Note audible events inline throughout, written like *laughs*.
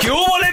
¿Qué hubo, le,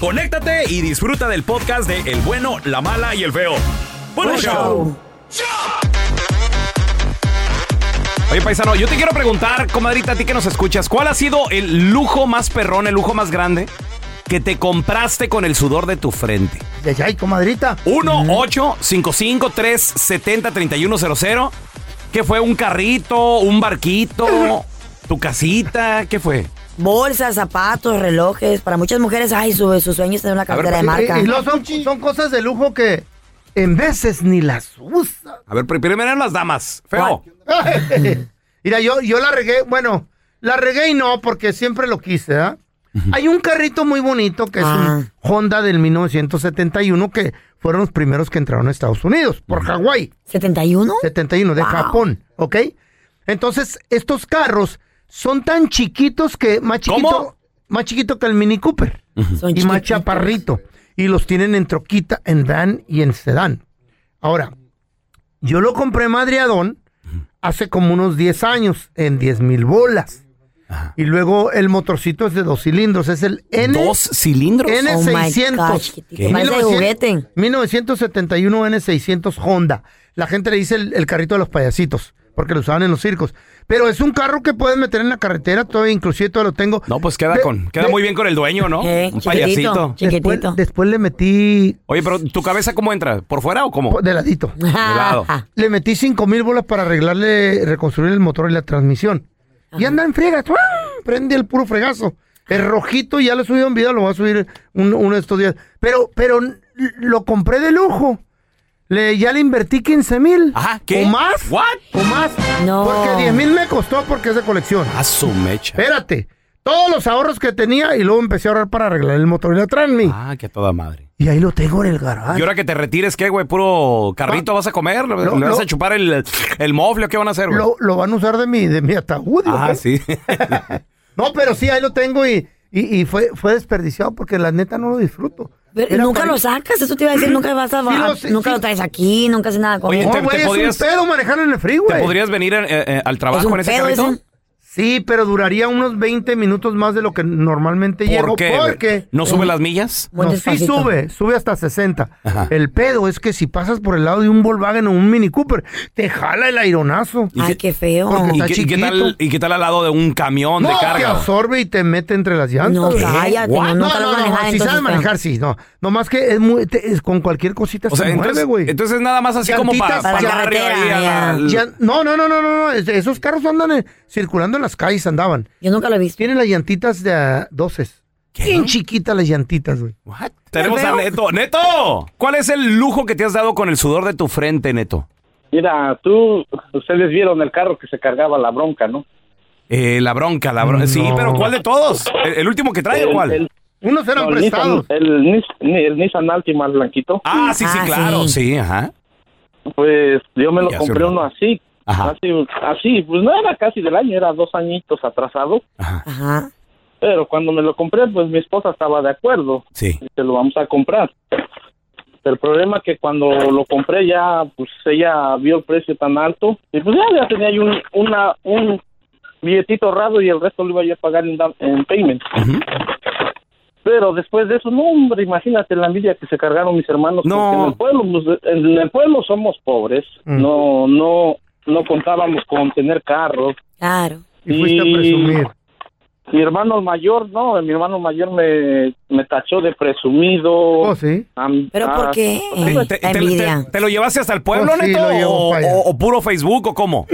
conéctate y disfruta del podcast de El bueno, la mala y el feo. Buen Buen show. Oye, paisano, yo te quiero preguntar, comadrita, a ti que nos escuchas, ¿cuál ha sido el lujo más perrón, el lujo más grande que te compraste con el sudor de tu frente? Desde ahí, comadrita. Mm. 1-855-370-3100. ¿Qué fue? ¿Un carrito? ¿Un barquito? ¿Tu casita? ¿Qué fue? Bolsas, zapatos, relojes. Para muchas mujeres, ay, su, su sueño es tener una cartera de marca. Y, y no son, son cosas de lujo que en veces ni las usas. A ver, pri- primero eran las damas. Feo. *laughs* Mira, yo, yo la regué, bueno, la regué y no, porque siempre lo quise, ¿ah? Hay un carrito muy bonito que es un Honda del 1971 que fueron los primeros que entraron a Estados Unidos por Hawái. ¿71? 71 de Wow. Japón, ¿ok? Entonces, estos carros son tan chiquitos que más chiquito, ¿Cómo? más chiquito que el Mini Cooper Mm-hmm. Son y más chiquititos. chaparrito. Y los tienen en troquita, en van y en sedán. Ahora, yo lo compré madriadón hace como unos 10 años, en 10 mil bolas. Y luego el motorcito es de dos cilindros, es el N, ¿Dos cilindros? Oh my N600. gosh, chiquitito, parece de juguete. 1971 N600 Honda. La gente le dice el, el carrito de los payasitos, porque lo usaban en los circos. Pero es un carro que puedes meter en la carretera, todavía, inclusive todavía lo tengo. No, pues queda De- con, queda de- muy bien con el dueño, ¿no? Eh, Un chiquitito. payasito. Después, Chiquitito. después le metí Oye, pero ¿tu cabeza cómo entra? ¿Por fuera o cómo? po- de ladito. Helado. Le metí 5 mil bolas para arreglarle, reconstruir el motor y la transmisión. Y anda en friegas. ¡guau! Prende el puro fregazo. El rojito ya lo he subido en video, lo voy a subir un- uno de estos días. Pero, pero n- lo compré de lujo. Le, ya le invertí 15 mil. Ajá, ¿qué? ¿O más? What? ¿O más? No. Porque 10 mil me costó porque es de colección. A su mecha. Espérate. Todos los ahorros que tenía y luego empecé a ahorrar para arreglar el motor y la transmi. Ah, que a toda madre. Y ahí lo tengo en el garaje. Y ahora que te retires, ¿qué, güey? ¿Puro carrito vas a comer? ¿Le Lo- le vas lo- a chupar el, el mofle o qué van a hacer, güey? Lo, lo van a usar de mi, de mi ataúd. ¿ok? Ah, sí. *laughs* No, pero sí, ahí lo tengo y, y, y fue, fue desperdiciado porque la neta no lo disfruto. Pero Era nunca para- lo sacas, eso te iba a decir, nunca vas a, Sí lo sé, nunca sí. lo traes aquí, nunca haces nada con Oye, él. No, te- te güey, es podrías- un pedo manejar en el ¿Te freeway. podrías venir eh, eh, al Es trabajo un con ese pedo carrito? ese. Sí, pero duraría unos 20 minutos más de lo que normalmente llevo ¿Por qué? güey? porque ¿No sube las millas? Muy no, sí despacito. sube, sube hasta 60. Ajá. El pedo es que si pasas por el lado de un Volkswagen o un Mini Cooper, te jala el aironazo. Ay, qué feo. Porque- ¿Y Está qué, y qué chiquito. tal, ¿Y qué tal al lado de un camión de No, te carga? güey? absorbe y te mete entre las llantas. No, ¿Qué? cállate, What? no, nunca lo has manejado, Si sabes entonces, manejar, sí, no. Nomás que es muy, te- es con cualquier cosita O sea, se mueve, entonces, güey. entonces nada más así como para, Llantitas, para llan- arriba ahí a la- carretera, al- Ya- no, no, no, no, no, no, es- Esos carros andan eh, circulando en las calles, andaban. Yo nunca lo he visto. Tienen las llantitas de ah, 12. Bien chiquitas las llantitas, güey. What? Tenemos a Neto. ¡Neto! ¿Cuál es el lujo que te has dado con el sudor de tu frente, Neto? Mira, tú, ustedes vieron el carro que se cargaba la bronca, ¿no? Eh, la bronca, la bronca. Sí, No. pero ¿cuál de todos? ¿El, el último que trae o cuál? Unos eran prestados. el, Nis- ni- el Nissan Altima blanquito. Ah, sí, sí, claro. Sí, ajá. Pues yo me lo Ya se compré ordenó. uno así. Así, así, pues no era casi del año, era dos añitos atrasado. Pero cuando me lo compré, pues mi esposa estaba de acuerdo. Sí. Te lo vamos a comprar. El problema es que cuando lo compré ya, pues ella vio el precio tan alto. Y pues ya, ya tenía yo un, una, un billetito ahorrado y el resto lo iba yo a pagar en, down- en payment. Pero después de eso, no, hombre, imagínate la envidia que se cargaron mis hermanos. No. porque En el pueblo, pues, en el pueblo somos pobres. Mm. No, no, no contábamos con tener carros. Claro. Y fuiste a presumir. Mi hermano mayor, no, mi hermano mayor me, me tachó de presumido. Oh, ah, sí? ¿Pero por qué? ¿Te, te- te- te lo llevaste hasta el pueblo, Pues sí, Neto? lo llevo o, para allá. o- o puro Facebook o cómo?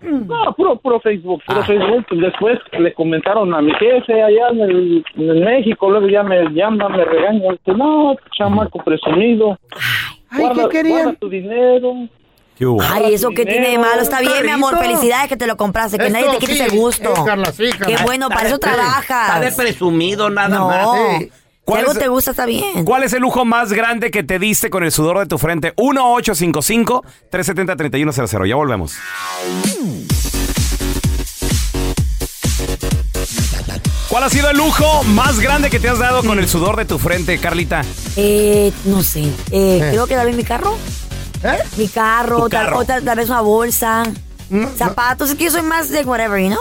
No, puro, puro Facebook, puro Ah. Facebook. Pues Después le comentaron a mi jefe allá en, el- en México, luego ya me llama, me regaña, dice, no, chamaco presumido. guarda, guarda tu dinero. Ay, eso que tiene de malo, está bien, mi amor, Carrito. felicidades que te lo compraste, que Eso nadie te quite sí, ese gusto. eh, Carla, sí, Carla. Qué bueno, para eso Está de- trabajas. está de presumido nada no. más. Sí. Si ¿Cuál algo es- te gusta, está bien. ¿Cuál es el lujo más grande que te diste con el sudor de tu frente? 1-855-370-3100. Ya volvemos. ¿Cuál ha sido el lujo más grande que te has dado con el sudor de tu frente, Carlita? Eh, no sé. Eh, Eh. Creo que tal vez mi carro. Mi carro, Tu tal, carro. o tal, tal vez una bolsa, zapatos. Es que yo soy más de whatever, ¿no?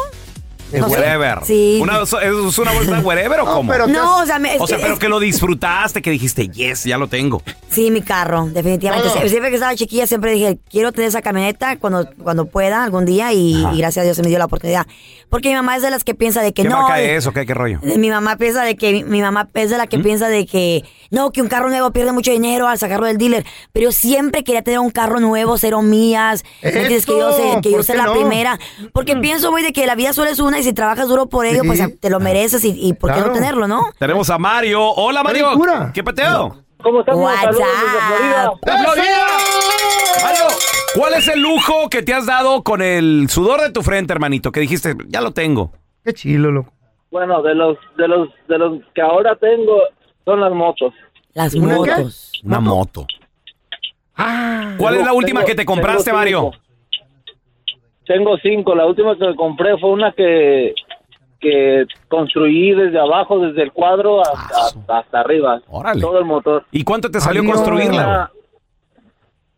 De No sé. wherever. Sí. Una- ¿Es una bolsa de wherever o cómo? pero No, o sea, me- es o sea, que- pero es- que lo disfrutaste, que dijiste, yes, ya lo tengo. Sí, mi carro, definitivamente. Todo. Sie- Siempre que estaba chiquilla, siempre dije, quiero tener esa camioneta cuando, cuando pueda, algún día, y, Ajá. y gracias a Dios se me dio la oportunidad. Porque mi mamá es de las que piensa de que ¿Qué no. marca de- es o qué, qué rollo? de- Mi mamá piensa de que mi mamá es de la que piensa de que no, que un carro nuevo pierde mucho dinero al sacarlo del dealer. Pero yo siempre quería tener un carro nuevo, cero mías. ¿me entiendes? Que yo Eso, sé, que yo ¿por sé qué la no? primera. Porque pienso, güey, de que la vida solo es una y si trabajas duro por ello, Sí. pues te lo mereces y, y por qué no Claro. tenerlo, ¿no? Tenemos a Mario. Hola, Mario. Frescura. ¿Qué pateo? ¿Cómo What's up? Mario, ¿cuál es el lujo que te has dado con el sudor de tu frente, hermanito? Que dijiste, ya lo tengo. Qué chilo, loco. Bueno, de los, de los, de los que ahora tengo son las motos. Las ¿Una qué? motos. Una moto. ¿Cuál Tengo- es la última tengo- que te compraste, tengo Mario? cinco. Tengo cinco. La última que compré fue una que, que construí desde abajo, desde el cuadro hasta, hasta arriba. Órale. Todo el motor. ¿Y cuánto te salió Adiós. construirla?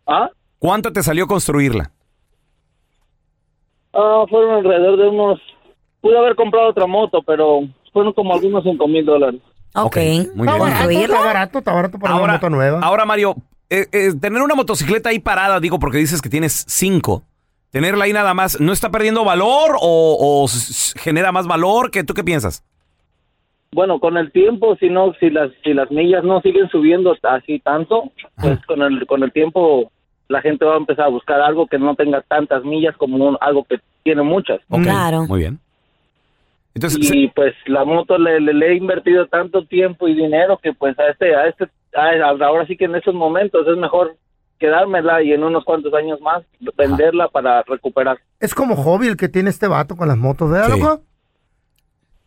¿Ah? ¿Cuánto te salió construirla? Ah, fueron alrededor de unos... Pude haber comprado otra moto, pero fueron como algunos cinco mil dólares. Ok. Muy bien. Está barato, está barato para Ahora- una moto nueva. Ahora, Mario, eh, eh, tener una motocicleta ahí parada, digo, porque dices que tienes cinco. Tenerla ahí nada más, ¿no está perdiendo valor o, o s- s- genera más valor? ¿Qué, ¿Tú qué piensas? Bueno, con el tiempo, si no, si las, si las millas no siguen subiendo así tanto, pues con el, con el tiempo la gente va a empezar a buscar algo que no tenga tantas millas como un- algo que tiene muchas. Claro. Muy bien. Entonces, y pues la moto le, le- le he invertido tanto tiempo y dinero que pues a este, a este, a- ahora sí que en estos momentos es mejor quedármela y en unos cuantos años más venderla para recuperar. Es como hobby el que tiene este vato con las motos, ¿verdad, loco?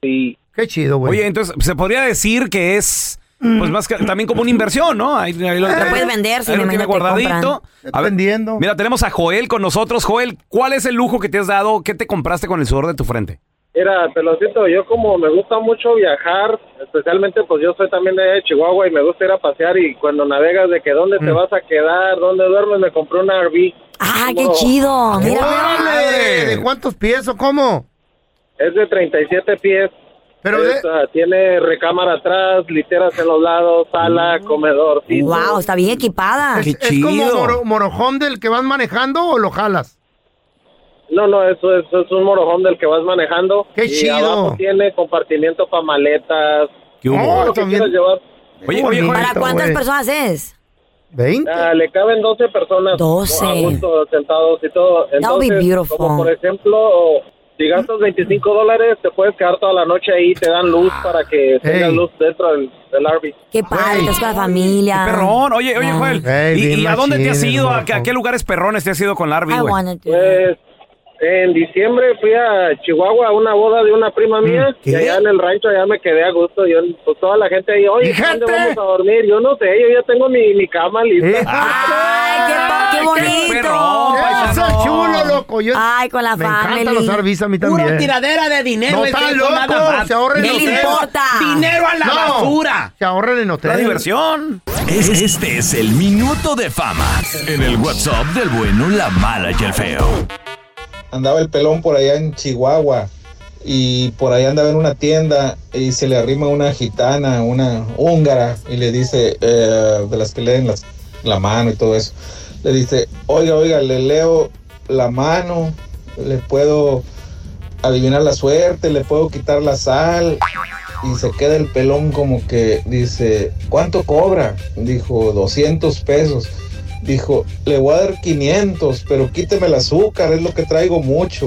Sí. Qué chido, güey. Oye, entonces, se podría decir que es, pues más que, también como una inversión, ¿no? Ahí- ahí lo- Lo ahí- puedes vender, si ahí me lo imagino tiene te guardadito. compran. A ver, mira, tenemos a Joel con nosotros. Joel, ¿cuál es el lujo que te has dado? ¿Qué te compraste con el sudor de tu frente? Mira, pelocito, yo como me gusta mucho viajar, especialmente pues yo soy también de Chihuahua y me gusta ir a pasear y cuando navegas de que dónde te vas a quedar, dónde duermes, me compré un RV. Mm. ¡Ah, qué chido! Mira, ¿De cuántos pies o cómo? Es de 37 pies. Pero Es, ah, tiene recámara atrás, literas en los lados, Mm. sala, comedor. piso. Wow, está bien equipada. ¿Es, es como moro- morojón del que vas manejando o lo jalas? No, no, eso es, es un morojón del que vas manejando. ¡Qué y chido! abajo tiene compartimiento para maletas. ¿Qué hubo? todo lo que quieras llevar. Oye, oye, Juanito, ¿Para cuántas güey. personas es? Ah, le caben 12 personas. 12. A gusto, sentados y todo. That would be Entonces, beautiful. como por ejemplo, si gastas 25 dólares, te puedes quedar toda la noche ahí, te dan luz para que tengas luz dentro del, del RV. Qué padre, estás con la familia. Perrón, oye, oye, No. Joel. Ey, ¿Y, bien y a dónde te machín, has el ido? ¿A, morro. a qué lugares perrones te has ido con la Arby, I güey? wanna do Pues, en diciembre fui a Chihuahua a una boda de una prima mía y allá en el rancho allá me quedé a gusto. Yo, pues toda la gente ahí, oye, ¿dónde vamos a dormir? Yo no sé, yo ya tengo mi, mi cama lista. *laughs* ¡Ay, qué, bonito! Eso es chulo, loco. Yo- Ay, con la me familia. encanta usar visa a mí Puro también. tiradera de dinero. No, es está eso, loco, nada más. se ahorra el Dinero- hotel. importa. Dinero a la No. basura. Se ahorran en hotel. La diversión. Es- Este es el minuto de fama en el WhatsApp del bueno, la mala y el feo. andaba el pelón por allá en Chihuahua y por ahí andaba en una tienda y se le arrima una gitana, una húngara y le dice, eh, de las que leen las, la mano y todo eso, le dice, oiga, oiga, le leo la mano, le puedo adivinar la suerte, le puedo quitar la sal y se queda el pelón como que dice, ¿cuánto cobra? Dijo, 200 pesos. Dijo, le voy a dar 500, pero quíteme el azúcar, es lo que traigo mucho.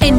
En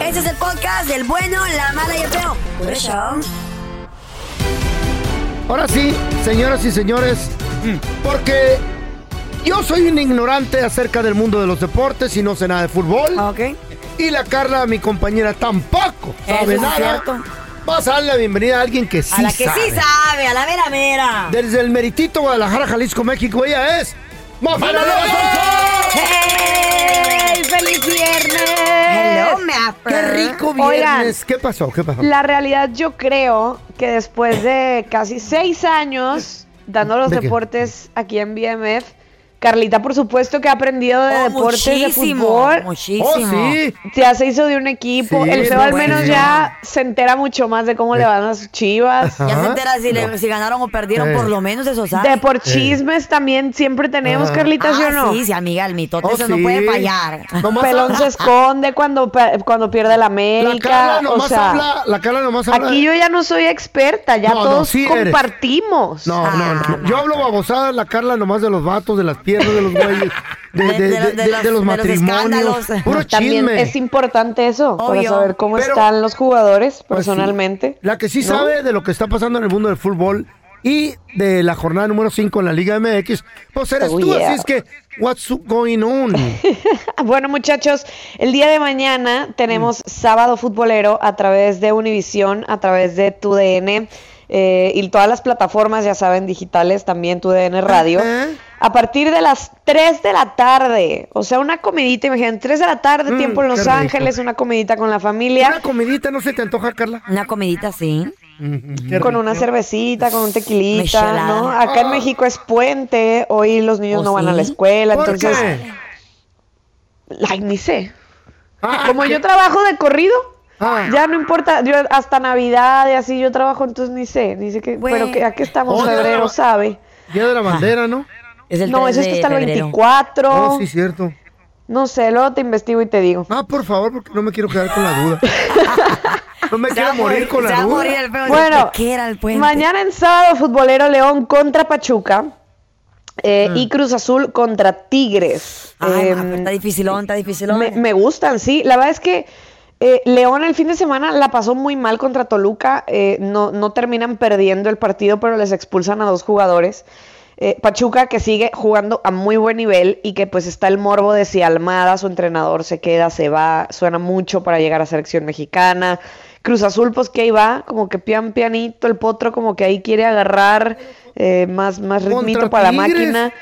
Ese es el podcast del bueno, la mala y el feo. Por eso. Ahora sí, señoras y señores, mm, porque yo soy un ignorante acerca del mundo de los deportes y no sé nada de fútbol. Ah, Ok. Y la Carla, mi compañera, tampoco Eso sabe es nada. cierto. Vas a darle la bienvenida a alguien que sí a la que sabe. sí sabe, a la vera mera. Desde el meritito Guadalajara, Jalisco, México, ella es... ¡Mafalda Alonso! ¡Hey! ¡Feliz viernes! Hello, me ¡Qué rico viernes! ¿Qué pasó? ¿Qué pasó? La realidad yo creo que después de casi seis años dando los ¿De qué? deportes aquí en BMF, Carlita por supuesto que ha aprendido de Oh, deportes de muchísimo, fútbol, Muchísimo. ¡Oh, sí! ya se hizo de un equipo, Sí, el feo no, al bueno. menos ya se entera mucho más de cómo le van a sus chivas. Ya Ajá. se entera si, le- si ganaron o perdieron, Eh. por lo menos eso sabe. De por chismes también siempre tenemos, Ah. Carlita, ¿sí o Ah, no? Sí, sí, amiga, el mitote, Oh, eso no sí. puede fallar. Nomás Pelón se habla- esconde cuando, pe- cuando pierde la La Carla América. o nomás sea, habla... La Carla nomás habla... aquí yo ya no soy experta, No, ya no, todos sí eres. compartimos. No, no, no. Yo hablo babosada, la Carla nomás de los vatos, de las piernas, de los güeyes, de, De- de- de los- de- de de los- los de los matrimonios. escándalos. Puro También chisme. es importante eso, para Obvio. saber cómo Pero- están los jugadores Pues sí. personalmente. La que sí ¿no? sabe de lo que está pasando en el mundo del fútbol y de la jornada número 5 en la Liga MX, pues eres Oh, tú, yeah. así es que, what's going on? *laughs* Bueno, muchachos, el día de mañana Mm. tenemos sábado futbolero a través de Univisión, a través de TUDN eh, y todas las plataformas, ya saben, digitales, también TUDN Radio. Ajá. A partir de las 3 de la tarde, o sea, una comidita, imaginen, 3 de la tarde, Mm, tiempo en qué Los rico. Ángeles, una comidita con la Una familia, comidita no se te antoja, Carla. Una comidita, sí. Qué con rico. Ah. una cervecita, con un tequilita, Michelada. ¿no? Acá en México es puente, hoy los niños ¿Oh, no van a sí? la escuela, ¿Por entonces, qué? ay, ni sé. Ah, Como yo ¿qué? trabajo de corrido, Ah. ya no importa, yo hasta Navidad y así yo trabajo, entonces ni sé, ni sé qué, Güey. pero que, ¿a qué estamos? Oye, febrero, no. ¿sabe? Día de la bandera, ¿no? Es el No, 3 eso es de que está el febrero. 24, Oh, sí, cierto. no sé, luego te investigo y te digo. Ah, por favor, porque no me quiero quedar con la *laughs* duda. No me Se quiero va a morir con se la va a duda. morir el feo de Bueno, que era el puente. mañana en sábado, futbolero León contra Pachuca. Eh, Y Cruz Azul contra Tigres. Mm. Ay, Eh, ma, pero está dificilón, está dificilón. me, me gustan, sí. La verdad es que eh, León el fin de semana la pasó muy mal contra Toluca. eh, no, no terminan perdiendo el partido, pero les expulsan a dos jugadores. Eh, Pachuca que sigue jugando a muy buen nivel y que pues está el morbo de si Almada, su entrenador, se queda, se va, suena mucho para llegar a selección mexicana. Cruz Azul pues que ahí va, como que pian pianito, el potro como que ahí quiere agarrar eh, más, más ritmito Contra para la Tigres. máquina.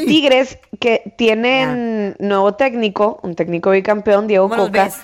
Y Tigres, que tienen nuevo técnico, un técnico bicampeón, Diego ¿Cómo los Coca. ves?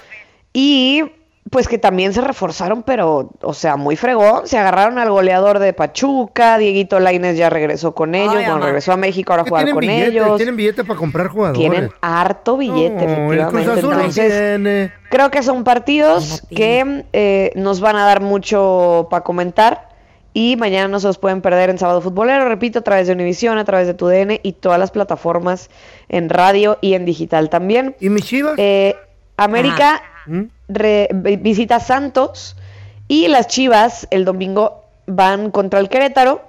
Y pues que también se reforzaron, pero, o sea, muy fregón. Se agarraron al goleador de Pachuca, Dieguito Lainez ya regresó con ellos, bueno, ama. regresó a México ahora a Que jugar tienen con billete, ellos. Tienen billete para comprar jugadores. Tienen harto billete, No, el Cruz efectivamente. Azul no Entonces, tiene. creo que son partidos que eh, nos van a dar mucho para comentar. Y mañana no se los pueden perder en Sábado Futbolero, repito, a través de Univisión, a través de TUDN y todas las plataformas en radio y en digital también. Eh, ¿Y mis chivas? Ah. ¿Mm? América re- vi- visita Santos y las chivas el domingo van contra el Querétaro.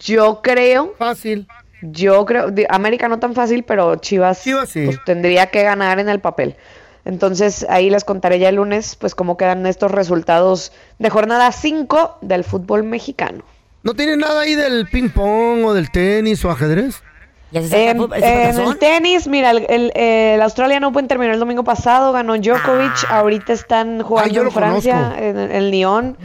Yo creo. Fácil. Yo creo. di- América no tan fácil, pero Chivas, pues, tendría que ganar en el papel. Entonces ahí les contaré ya el lunes, pues cómo quedan estos resultados de jornada 5 del fútbol mexicano. ¿No tiene nada ahí del ping pong o del tenis o ajedrez? En, en este, el tenis, mira, el, el, eh, el Australian Open terminó el domingo pasado, ganó Djokovic, Ah. ahorita están jugando yo lo en Francia, conozco. en, *laughs* en Lyon.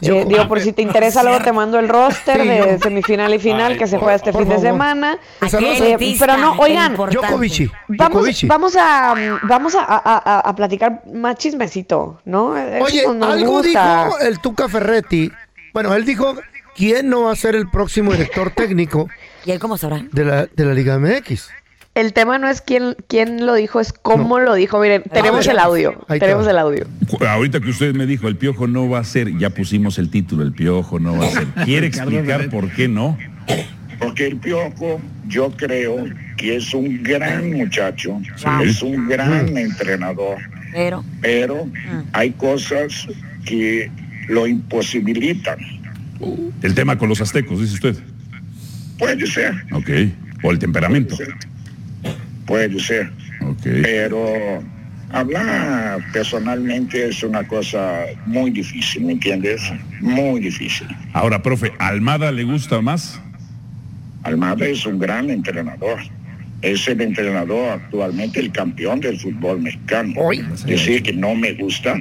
Yo Eh, digo, por *laughs* si te interesa, luego te mando el roster Sí, de yo- semifinal y final Ay, que se por- juega este por fin de favor. semana. Pues saludos Eh, a- pero no, oigan, Djokovic. Vamos, Djokovic. vamos a vamos a, a- a- a platicar más chismecito, ¿no? Eso Oye, nos- nos algo gusta. dijo el Tuca Ferretti. Bueno, él dijo quién no va a ser el próximo director técnico ¿Y él cómo sabrá? de la, de la Liga MX. El tema no es quién, quién lo dijo, es cómo lo dijo. Miren, Ah, tenemos ver. el audio. Ahí te Tenemos va. el audio. Ahorita que usted me dijo, el piojo no va a ser, ya pusimos el título, el piojo no va a ser. ¿Quiere explicar por qué no? Porque el Piojo, yo creo que es un gran muchacho, Sí. es un gran entrenador, Pero. pero hay cosas que lo imposibilitan. El tema con los aztecos, dice usted. Puede ser, Ok. O el temperamento. puede ser, Ok. pero hablar personalmente es una cosa muy difícil, ¿me entiendes? Muy difícil. Ahora, profe, ¿Almada le gusta más? Almada es un gran entrenador. Es el entrenador actualmente el campeón del fútbol mexicano. Decir que no me gusta,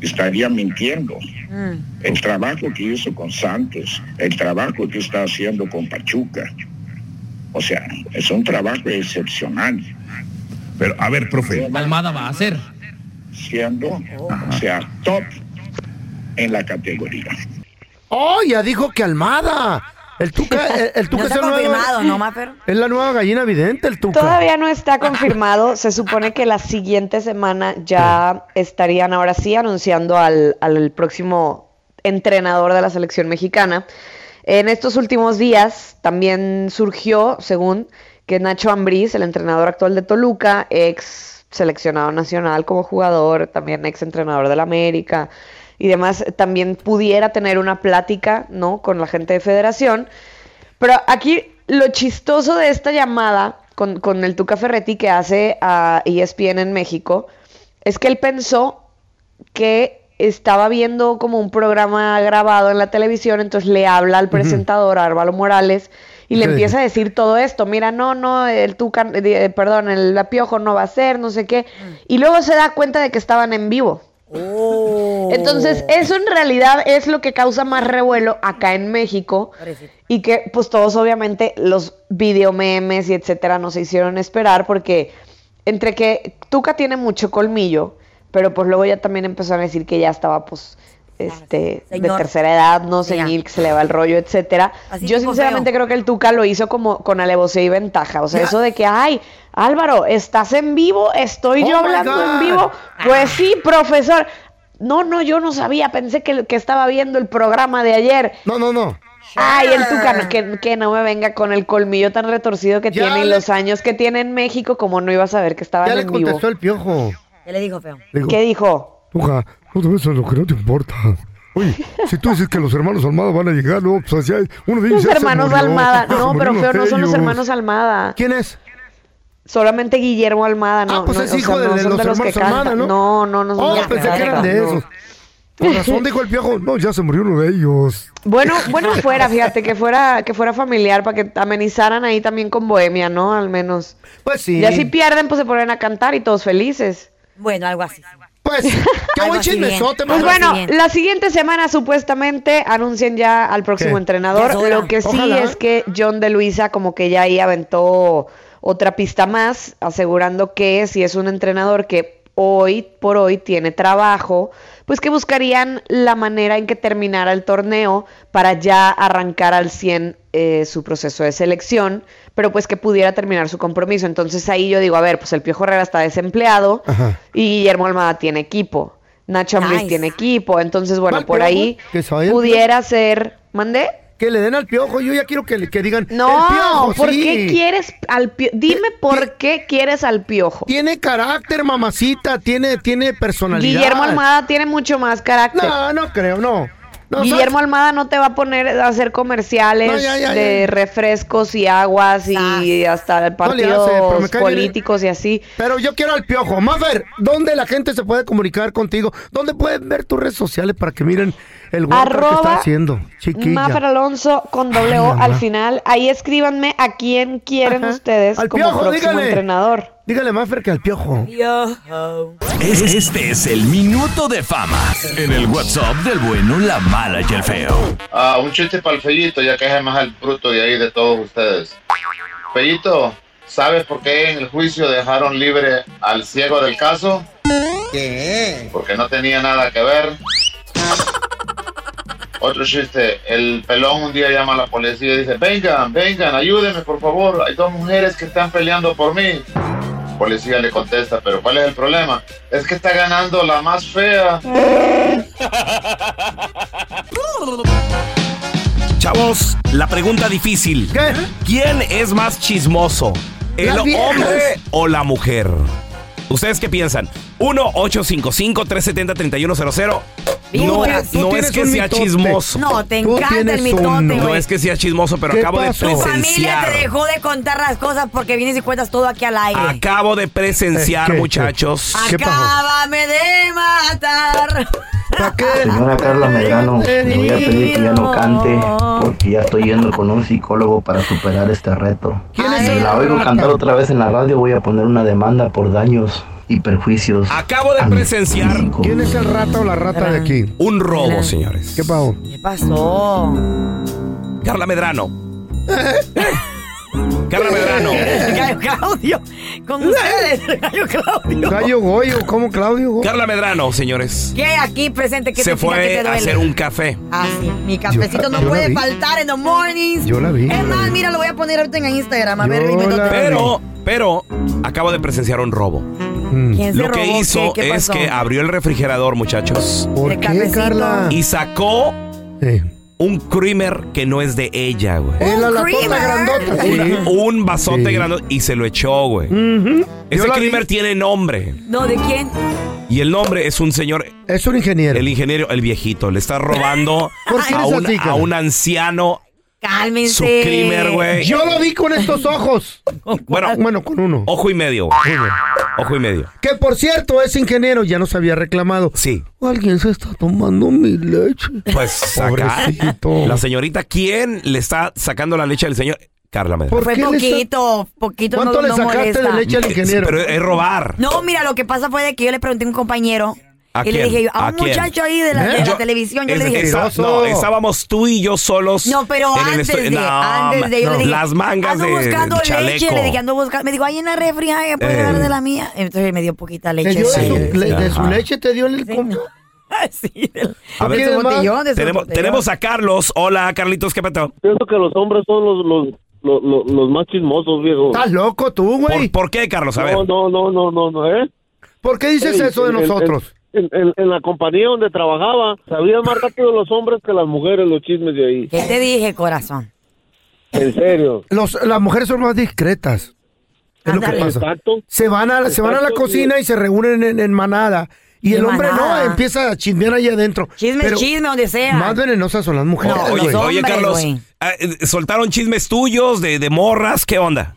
estaría mintiendo. Mm. El trabajo que hizo con Santos, el trabajo que está haciendo con Pachuca. O sea, es un trabajo excepcional. Pero, a ver, profe. Almada va a hacer. Siendo, o sea, top en la categoría. ¡Oh, ya dijo que Almada! El *laughs* Tuca, el, el Tuca No es está el nuevo- confirmado, ¿no, Mafer? Es la nueva gallina vidente, el Tuca. Todavía no está confirmado. Se supone que la siguiente semana ya estarían ahora sí anunciando al, al próximo entrenador de la selección mexicana. En estos últimos días también surgió, según que Nacho Ambriz, el entrenador actual de Toluca, ex seleccionado nacional como jugador, también ex entrenador del América y demás, también pudiera tener una plática, ¿no? Con la gente de Federación. Pero aquí lo chistoso de esta llamada con, con el Tuca Ferretti que hace a E ESPN en México es que él pensó que estaba viendo como un programa grabado en la televisión, entonces le habla al presentador, a Álvaro Morales, y le ¿Qué empieza a decir todo esto, mira, no, no, el Tuca, eh, perdón, el apiojo no va a ser, no sé qué, y luego se da cuenta de que estaban en vivo. Entonces, eso en realidad es lo que causa más revuelo acá en México. Y que, pues, todos obviamente los videomemes y etcétera no se hicieron esperar porque entre que Tuca tiene mucho colmillo, pero pues luego ya también empezaron a decir que ya estaba, pues, este, de señor. tercera edad, no Sí, ya. senil, que se le va el rollo, etcétera. Así Yo tipo sinceramente feo. creo que el Tuca lo hizo como con alevosía y ventaja. O sea, eso de que, ay, Álvaro, estás en vivo, estoy yo Oh my hablando en God. vivo. Pues sí, profesor. No, no, yo no sabía, pensé que, que estaba viendo el programa de ayer. No, no, no. Ay, el Tuca, no, que, que no me venga con el colmillo tan retorcido que Ah. Ya tiene y le- los años que tiene en México, como no iba a saber que estaban Ya le en vivo. contestó el piojo. ¿Qué le dijo, feo? Le dijo, ¿Qué dijo? Tuca, no te ves a lo que no te importa. Oye, si tú dices que los hermanos Almada van a llegar, no, pues así hay- uno de ellos Los ya se hermanos murió, *laughs* Almada. se No, pero murieron feo, no son los ellos. hermanos Almada. ¿Quién es? Solamente Guillermo Almada, no. pues no, es o hijo sea, de- no de son los que hermanos Almada, cantan. ¿no? No, no, no son Oh, de los que pensé que eran cantan, de no. esos. Por razón dijo el piojo, no, ya se murió uno de ellos. *laughs* Bueno, bueno *laughs* fuera, fíjate, que fuera, que fuera familiar, para que amenizaran ahí también con Bohemia, ¿no? Al menos. Pues sí. Y así pierden, pues se ponen a cantar y todos felices. Bueno, algo así. *laughs* Pues, qué buen chismesote, Pues mano. bueno, la siguiente semana supuestamente anuncian ya al próximo ¿Qué? entrenador. Ya es hora. Lo que sí Ojalá. es que John de Luisa como que ya ahí aventó otra pista más, asegurando que si es un entrenador que hoy por hoy tiene trabajo, pues que buscarían la manera en que terminara el torneo para ya arrancar al 100 eh, su proceso de selección, pero pues que pudiera terminar su compromiso. Entonces ahí yo digo, a ver, pues el Piojo Herrera está desempleado, y Guillermo Almada tiene equipo. Nacho Ambriz Nice. tiene equipo. Entonces, bueno, Mal por piojo, ahí que se vaya. pudiera ser. ¿Mandé? Que le den al piojo, yo ya quiero que, le- que digan. No, "El piojo, ¿por sí". qué quieres al piojo? Dime por qué quieres al piojo. Tiene carácter, mamacita, tiene, tiene personalidad. Guillermo Almada tiene mucho más carácter. No, no creo, no. No, Guillermo Almada no te va a poner a hacer comerciales No, ya, ya, de ya. refrescos y aguas y hasta le partidos hace, pero me cae bien. políticos y así. Pero yo quiero al piojo. Maffer, ¿dónde la gente se puede comunicar contigo? ¿Dónde pueden ver tus redes sociales para que miren el guarda que Arroba está haciendo? Chiquilla. Mafer Alonso con doble O mamá. al final. Ahí escríbanme a quién quieren ustedes Al como piojo, próximo dígale. entrenador. Dígale, Maffer, que al piojo. Es- Este es el minuto de fama en el WhatsApp del bueno, la mala y el feo. Ah, un chiste para el Fellito, ya que es el más al bruto de ahí de todos ustedes. Fellito, ¿sabes por qué en el juicio dejaron libre al ciego del caso? ¿Qué? Porque no tenía nada que ver. Otro chiste, el pelón un día llama a la policía y dice, vengan, vengan, ayúdenme por favor, hay dos mujeres que están peleando por mí. El policía le contesta, pero ¿cuál es el problema? Es que está ganando la más fea. Chavos, la pregunta difícil. ¿Quién es más chismoso? ¿El Las viejas. hombre o la mujer? ¿Ustedes qué piensan? 1-855-370-3100. No, Víboras. no es que sea chismoso. No, te Tú encanta el tienes mitote, un- No güey. es que sea chismoso, pero ¿Qué acabo pasó? de Tu familia te presenciar. dejó de contar las cosas porque vienes y cuentas todo aquí al aire. Acabo de Eh, presenciar, muchachos. Ah, Acábame de *laughs* matar. ¿Para qué? Señora Carla Medrano, le voy a pedir que ya no cante porque ya estoy yendo con un psicólogo para superar este reto. Si la oigo cantar otra vez en la radio voy a poner una demanda por daños y perjuicios. Acabo de presenciar. ¿Quién es el rata o la rata de aquí? Un robo, señores. ¿Qué pasó? ¿Qué pasó? Carla Medrano. Carla Medrano. Gallo *laughs* Claudio. Con ustedes, el *laughs* Gallo Claudio. Gallo Goyo, ¿cómo Claudio? Goyo? Carla Medrano, señores. ¿Qué aquí presente? ¿Qué Se te fija que fue te a duele? hacer un café. Ah, sí. Mi cafecito Yo- no yo la puede vi. faltar en the mornings. Yo la vi, yo Es la más, mira, lo voy a poner ahorita en Instagram. A ver, dime dónde- Pero, pero, acabo de presenciar un robo. Mm. ¿Quién se Lo que robó? ¿Qué- hizo qué es pasó? que abrió el refrigerador, muchachos. ¿Por qué, Ah. Carla? Y sacó un creamer que no es de ella, güey. Es la latota grandota. Un, un vasote grandote y se lo echó, güey. Ese creamer tiene nombre. No, ¿de quién? Y el nombre es un señor. Es un ingeniero. El ingeniero, el viejito. Le está robando *laughs* ¿Por qué a, eres un, así, Carla? a un anciano. Cálmense. Su crimen, güey. Yo lo vi con estos *laughs* ojos. Bueno, bueno, con uno. Ojo y medio, güey. Ojo y medio. Que por cierto, ese ingeniero ya nos había reclamado. Sí. Alguien se está tomando mi leche. Pues acá, Pobrecito. la señorita, ¿quién le está sacando la leche al señor? Carla Medrano. Fue poquito, poquito no, no molesta. Pero es robar. No, mira, lo que pasa fue de que yo le pregunté a un compañero. ¿A y le quién? dije yo, a, ¿A un quién? muchacho ahí ¿Eh? de la, de la Yo- televisión, yo es- le dije. esa- no, estábamos tú y yo solos. No, pero en el antes estu- de, no, antes de, yo no. le dije, Las mangas ando de buscando del leche, chaleco. le dije, ando buscando, me dijo, ahí en la refri, ay, ¿puedes Eh. dar de la mía? Entonces me dio poquita leche. ¿Le dio Sí, de, su, le- de su ajá. leche te dio en el combo? *laughs* Sí, del- A ver, de su botellón, de su tenemos, botellón. tenemos a Carlos. Hola, Carlitos, ¿qué pasó? Pienso que los hombres son los, los, los, los- los más chismosos, viejo. ¿Estás loco tú, güey? ¿Por, por qué, Carlos? A ver. No, no, no, no, no, no, ¿eh? ¿Por qué dices eso de nosotros? En, en- en la compañía donde trabajaba, sabían más rápido los hombres que las mujeres los chismes de ahí. ¿Qué te dije, corazón? En serio. Los, las mujeres son más discretas. Es lo que Ándale. pasa. Exacto. Se van a, la- se van a la Exacto, cocina y se reúnen en, en manada. Y el Qué hombre no, manada. empieza a chismear ahí adentro. Chisme, Pero chisme, donde sea. Más venenosas son las mujeres. oye, güey. oye, Carlos, ah, eh, ¿soltaron chismes tuyos de, de morras? ¿Qué onda?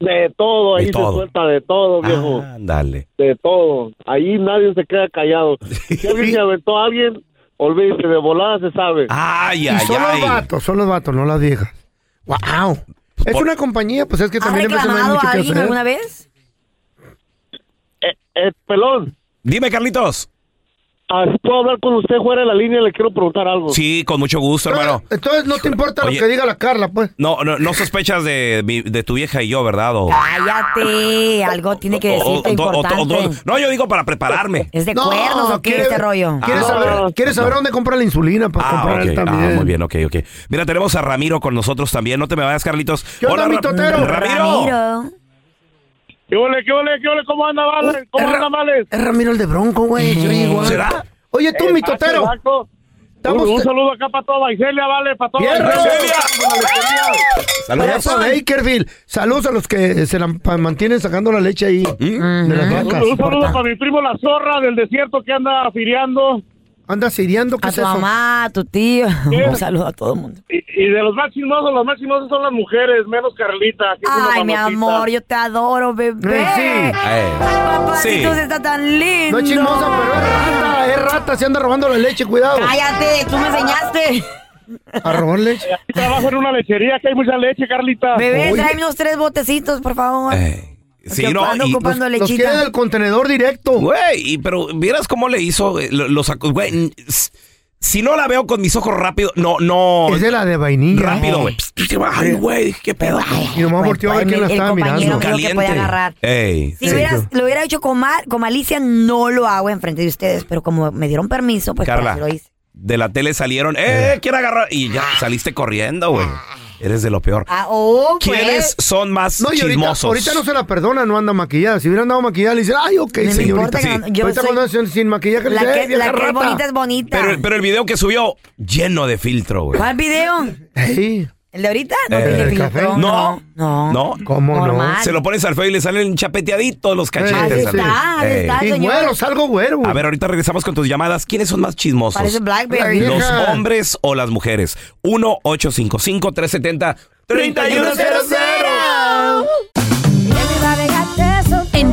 De todo, De ahí todo. Ah. se suelta de todo, viejo. Ándale. De todo. Ahí nadie se queda callado. Si *laughs* alguien se aventó a alguien, olvídese, de volada se sabe. Ay, y son los vatos, son los vatos, no las viejas. ¡Wow! Es una compañía, pues es que ¿Has también a veces no hay reclamado mucho a que alguien hacer. alguna vez? Eh, pelón. Ah, Dime, Carlitos. ¿Puedo hablar con usted fuera de la línea? Le quiero preguntar algo. Sí, con mucho gusto, hermano. Entonces no te importa Oye. lo que diga la Carla, pues. No, no, no sospechas de, mi- de tu vieja y yo, ¿verdad? O- Cállate, algo tiene que o- o- decirte o- o- o- importante. no, yo digo para prepararme. ¿Es de cuernos o qué quiere- este rollo? ¿Quieres Ah, saber, no. ¿quieres saber dónde comprar la insulina? Para Ah, comprar ok. Ah, también. muy bien, ok, ok. Mira, tenemos a Ramiro con nosotros también. No te me vayas, Carlitos. ¿Qué onda, mi Ra- totero? Ramiro. ¿Qué ole, qué ole, qué ole? ¿Cómo anda, Valen? ¿Cómo anda, Vales? Es Ramiro el de Bronco, güey. yo igual. ¿Será? Oye, tú, mi totero. Un, un saludo acá para toda Vaiselia, vale, para toda ¡Fierro! Vaiselia. Saludos a eso, Bakerfield. Saludos a los que se la pa- mantienen sacando la leche ahí de las Un, vacas. un saludo para mi primo La Zorra del Desierto que anda afiriando. Anda siriando, ¿qué A es tu eso? mamá, a tu tío. ¿Qué? Un saludo a todo el mundo. Y, y de los más chismosos, los más chismosos son las mujeres, menos Carlita. que es una Ay, mi mamacita. amor, yo te adoro, bebé. Eh, Papacito, usted está tan lindo. No es chismosa, pero es rata, Ah, es rata, se anda robando la leche, cuidado. Cállate, tú me enseñaste. A robar leche. Aquí trabajo en una lechería que hay mucha leche, Carlita. Bebé, tráeme unos tres botecitos, por favor. Eh, Sí, Yo no, ando y- ocupando Los- los lechita. quiere del contenedor directo. Güey, y- pero vieras cómo le hizo. Eh, Lo, lo sacó- güey, n- s- si no la veo con mis ojos rápido, no, no. Es de la de vainilla. Rápido, güey. Ay, güey, dije, qué pedo. Y nomás volteó a ver el- quién la Pues, el estaba compañero mirando. me dijo que podía agarrar. Ey. Si hubieras- lo hubiera hecho con, mal- con malicia, no lo hago enfrente de ustedes, pero como me dieron permiso, pues Carla, por eso lo hice. de la tele salieron, eh, eh, quiero agarrar. Y ya saliste corriendo, güey. Eres de lo peor. Ah, oh, pues. ¿Quiénes son más No, y ahorita, chismosos? ahorita no se la perdona, no anda maquillada. Si hubiera andado maquillada, le dicen, ay, ok, No me señorita. importa que no- Sí. yo ahorita soy- cuando andan sin maquillaje, le La dicen, que, "Eh, vieja la que es rata". bonita es bonita. Pero, pero el video que subió, lleno de filtro, güey. ¿Cuál video? ¿El de ahorita? No, Eh, tiene ¿el filtro, café? No. No. ¿No? ¿Cómo no? Normal. Se lo pones al feo y le salen chapeteaditos los cachetes. Ahí está, hermano. ahí está, Ey. señor. Y güero, salgo güero. A ver, ahorita regresamos con tus llamadas. ¿Quiénes son más chismosos? Parece Blackberry. La ¿Los vieja. hombres o las mujeres? 1-855-370-3100. En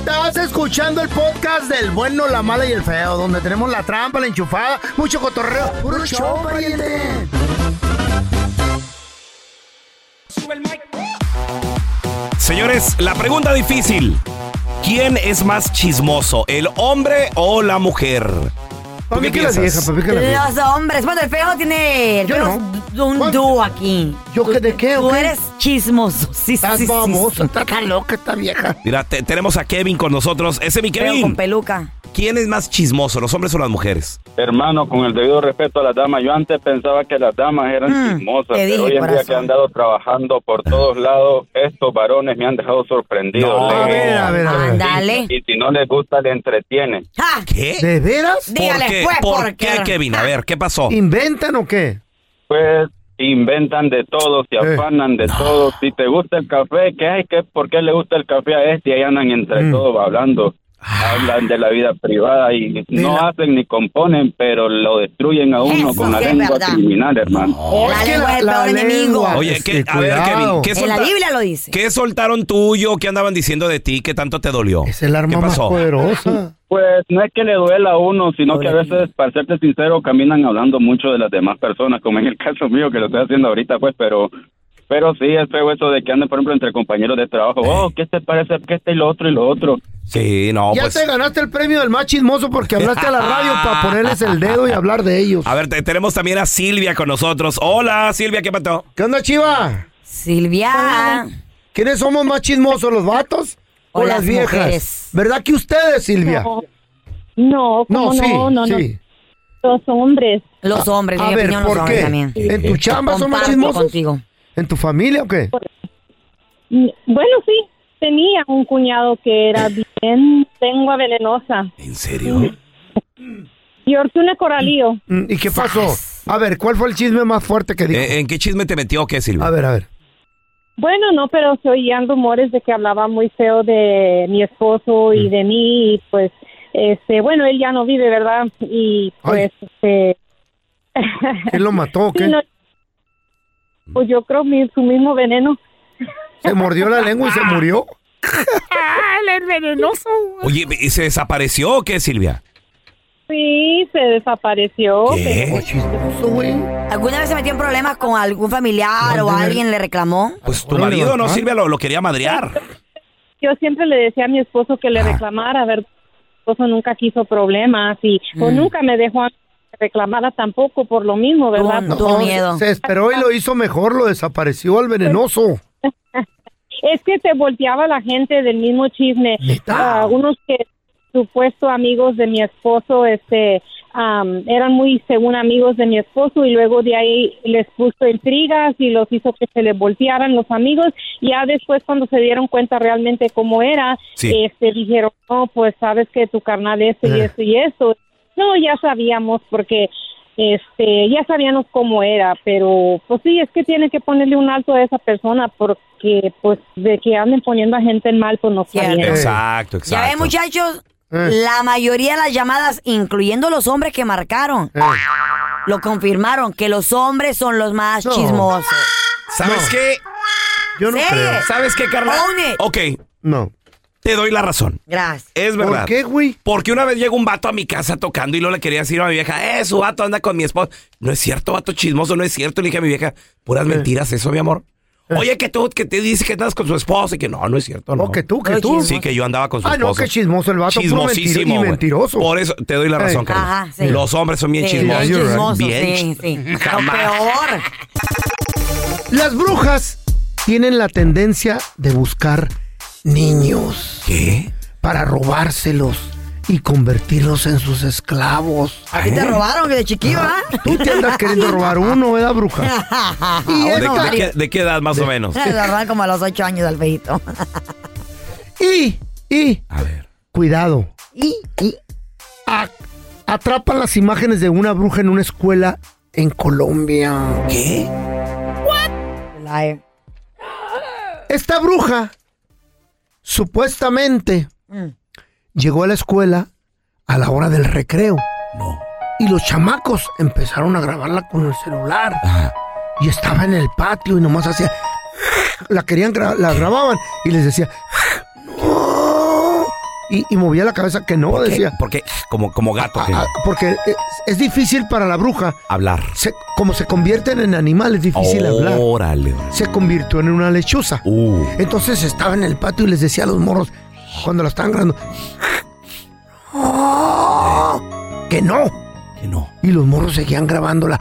Estás escuchando el podcast del bueno, la mala y el feo, donde tenemos la trampa, la enchufada, mucho cotorreo. ¡Puro show, pariente! Señores, la pregunta difícil. ¿Quién es más chismoso, el hombre o la mujer? ¿Tú qué piensas? pues, Los hombres. Bueno, el feo tiene el feo es un dúo aquí. ¿Yo qué de qué? Tú eres chismoso. Sí, estás sí, baboso, estás tan loca esta vieja. Mira, te- tenemos a Kevin con nosotros. Ese mi Feo Kevin. con peluca. ¿Quién es más chismoso, los hombres o las mujeres? Hermano, con el debido respeto a las damas, yo antes pensaba que las damas eran chismosas, Hmm, te dije, pero hoy en día corazón. que han dado trabajando por todos lados, estos varones me han dejado sorprendido. a Le- ver, a ver, a ver. Ándale. Y si no les gusta, le entretienen. Ah. ¿Qué? ¿De veras? ¿Por qué? ¿Por qué, Kevin? A ver, ¿qué pasó? ¿Inventan o qué? Pues inventan de todo, se afanan de todo. Si te gusta el café, ¿qué hay? ¿Qué, ¿Por qué le gusta el café a este? Y ahí andan entre todos hablando. Hablan de la vida privada y no hacen ni componen, pero lo destruyen a uno Eso con la sí es lengua verdad. criminal, hermano. la lengua es el peor enemigo. Oye, ¿qué- a ver, Kevin, ¿qué, En la solta- Biblia lo dice. ¿qué soltaron tuyo? ¿Qué andaban diciendo de ti? ¿Qué tanto te dolió? Es el arma ¿Qué pasó? *laughs* Pues no es que le duela a uno, sino que a veces, para serte sincero, caminan hablando mucho de las demás personas, como en el *laughs* caso mío que lo estoy haciendo ahorita, pues, pero pero sí es feo eso de que anden, por ejemplo, entre compañeros de trabajo. Oh, ¿qué te parece? ¿Qué este y lo otro y lo otro? Sí, no, pues- ya te ganaste el premio del más chismoso porque hablaste a la *laughs* radio para ponerles el dedo y hablar de ellos. A ver, te- tenemos también a Silvia con nosotros. Hola, Silvia, ¿qué pasó? ¿Qué onda, Chiva? Silvia. ¿Quiénes somos más chismosos, los vatos o, O las, las viejas? mujeres. ¿Verdad que ustedes, Silvia? No, no, No, ¿cómo sí, no, no, no. sí. Los hombres. Los hombres, A mi ver, opinión, los ¿por hombres qué? también. ¿En tu chamba son más Comparto chismosos? contigo. ¿En tu familia o qué? Mm, Bueno, sí, tenía un cuñado que era bien lengua venenosa. ¿En Mm, serio? Peor que una coralío. Mm, ¿Y qué pasó? A ver, ¿cuál fue el chisme más fuerte que dijo? Eh, ¿En qué chisme te metió o qué, Silvia? A ver, a ver. Bueno, no, pero se oían rumores de que hablaba muy feo de mi esposo Mm. y de mí, y pues, este, bueno, él ya no vive, ¿verdad? Y pues, este... ¿Quién lo mató o qué? *laughs* sí, no, pues yo creo mi- su mismo veneno. ¿Se *laughs* mordió la lengua y se murió? ¡Ah, él es venenoso! Oye, ¿y ¿se desapareció o qué, Silvia? Sí, se desapareció. ¿Qué? ¿Alguna vez se metió en problemas con algún familiar o alguien le reclamó? Pues tu marido no, Silvia, lo, lo quería madrear. yo siempre le decía a mi esposo que le Ah. reclamara, ver, mi esposo nunca quiso problemas y o Mm. nunca me dejó a mí que reclamara tampoco por lo mismo, ¿verdad? No, Se esperó y lo hizo mejor, lo desapareció al venenoso. Es que se volteaba la gente del mismo chisme. Ah, unos que supuesto amigos de mi esposo, este, am, eran muy según amigos de mi esposo y luego de ahí les puso intrigas y los hizo que se le voltearan los amigos. Ya después cuando se dieron cuenta realmente cómo era, Sí. este, dijeron, no, pues sabes que tu carnal este y Eh. esto y esto. No, ya sabíamos porque este ya sabíamos cómo era, pero pues sí, es que tiene que ponerle un alto a esa persona porque pues de que anden poniendo a gente en mal, pues no está bien. Exacto, Ya ven, exacto. muchachos, Eh. la mayoría de las llamadas, incluyendo los hombres que marcaron, Eh. lo confirmaron que los hombres son los más chismosos. ¿Sabes qué? Yo no Sí. creo. ¿Sabes qué, Carla? Own it. Ok. No. Te doy la razón. Gracias. Es verdad. ¿Por qué, güey? Porque una vez llegó un vato a mi casa tocando y luego le quería decir a mi vieja, eh, su vato anda con mi esposo. No es cierto, vato chismoso, no es cierto. Le dije a mi vieja, puras mentiras eso, mi amor. Oye, que tú, que te dices que andas con su esposo y que no, no es cierto, no. que tú, que tú. Sí, que yo andaba con su Ah, no, esposo. qué chismoso el vato. puro mentiro- Chismosísimo, y güey. mentiroso. Por eso te doy la razón, Ey. Carla. Ajá, sí. Los hombres son bien Sí, chismosos. bien chismosos, Bien sí, ch- *laughs* sí. Lo Jamás. peor. Las brujas tienen la tendencia de buscar niños. ¿Qué? Para robárselos y convertirlos en sus esclavos. ¿Eh? ¿A ti te robaron de chiquillo, ah? *laughs* Tú te andas queriendo robar uno, ¿verdad, *laughs* *laughs* bruja? Ah, Y ¿De, esta- de qué, de qué edad más o menos? Se lo robaron como a los ocho años al feito. *laughs* Y, y. Cuidado. Y, y. a- atrapan las imágenes de una bruja en una escuela en Colombia. ¿Qué? Esta bruja, supuestamente, Mm. llegó a la escuela a la hora del recreo. Y los chamacos empezaron a grabarla con el celular. Y estaba en el patio y nomás hacía. La querían, gra- la grababan y les decía. "No". Y, y movía la cabeza que no, ¿Por qué? decía. Porque como, como gato. que- Ah, porque es, es difícil para la bruja. Hablar. Se- como se convierten en animales, es difícil hablar. Órale. Uh. Se convirtió en una lechuza. Entonces estaba en el patio y les decía a los morros, cuando la estaban grabando, "No, que no. Que no. Y los morros seguían grabándola.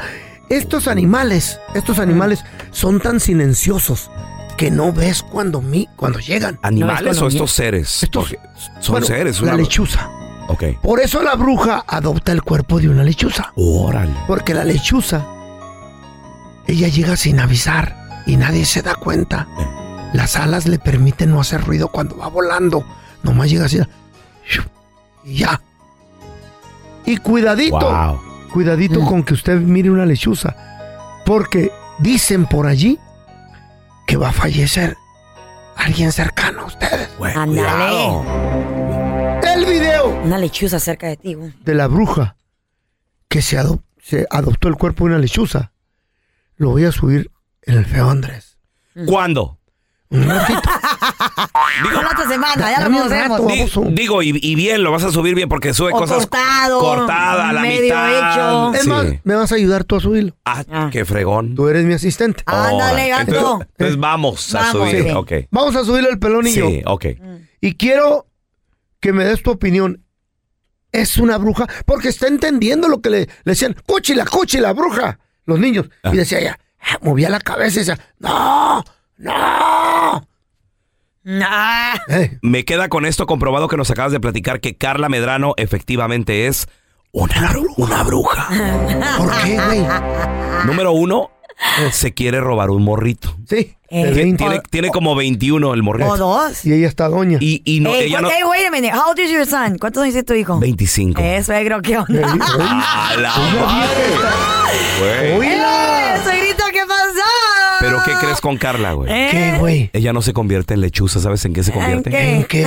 Estos animales, estos animales son tan silenciosos que no ves cuando, mi, cuando llegan. ¿Animales o estos seres? Porque son bueno, seres. La una- lechuza. Ok. Por eso la bruja adopta el cuerpo de una lechuza. Órale. Porque la lechuza, ella llega sin avisar y nadie se da cuenta. Las alas le permiten no hacer ruido cuando va volando. Nomás llega así. ¡shu! Y ya. Y cuidadito. Wow. Cuidadito con que usted mire una lechuza. Porque dicen por allí que va a fallecer alguien cercano a ustedes. Ándale. El video. Una lechuza cerca de ti, güey. de la bruja que se, ado- se adoptó el cuerpo de una lechuza. Lo voy a subir en el feo Andrés. Mm. ¿Cuándo? *laughs* La otra semana, ya lo conocemos. Di- digo, y, y bien, lo vas a subir bien porque sube O cosas cortado, cortada, a la medio mitad. Es Sí. más, me vas a ayudar tú a subirlo. Ah, qué fregón. Tú eres mi asistente. Órale. Entonces, entonces vamos a Vamos, subir. sí. Ok. Vamos a subirlo el pelón y yo. Sí, ok. Mm. Y quiero que me des tu opinión. Es una bruja, porque está entendiendo lo que le, le decían, cúchila, cúchila, bruja, los niños. Y decía ella, ah, movía la cabeza y decía, no, no. Nah. Eh. Me queda con esto comprobado que nos acabas de platicar que Carla Medrano efectivamente es una, una bruja. ¿Por qué, güey? Número uno, se quiere robar un morrito. Eh. Sí. Eh, tiene, tiene como 21 el morrito. O dos. Y ella está doña. Y, y no, Ey, ella cu- no. ey, wait a minute. How old is your son? ¿Cuántos años tiene tu hijo? 25. Eh, suegro, ¿qué onda? ¡A la *laughs* madre! Güey. ¡Eh, suegrito, qué pasó! ¿Pero qué crees con Carla, güey? ¿Eh? ¿Qué, güey? Ella no se convierte en lechuza, ¿sabes en qué se convierte? ¿En qué?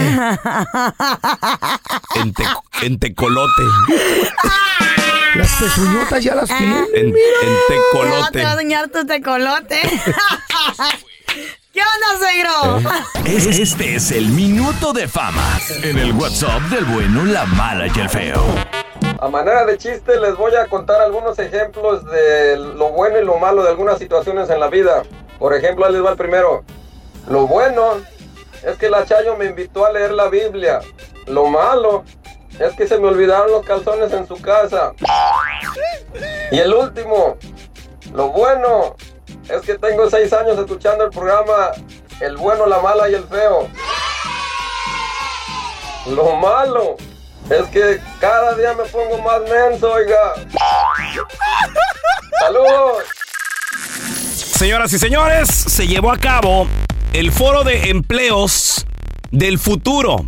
*laughs* En, te- en tecolote. Las pezuñotas ya las tiene. En, Ya en te va a tecolote. dañar tu *laughs* tecolote. ¿Qué onda, suegro? Es- Este es el minuto de fama en el WhatsApp del bueno, la mala y el feo. A manera de chiste les voy a contar algunos ejemplos de lo bueno y lo malo de algunas situaciones en la vida. Por ejemplo, ahí les va el primero. Lo bueno es que la Chayo me invitó a leer la Biblia. Lo malo es que se me olvidaron los calzones en su casa. Y el último, lo bueno es que tengo seis años escuchando el programa El bueno, la mala y el feo. Lo malo es que cada día me pongo más menso, oiga. ¡Saludos! Señoras y señores, se llevó a cabo el foro de empleos del futuro.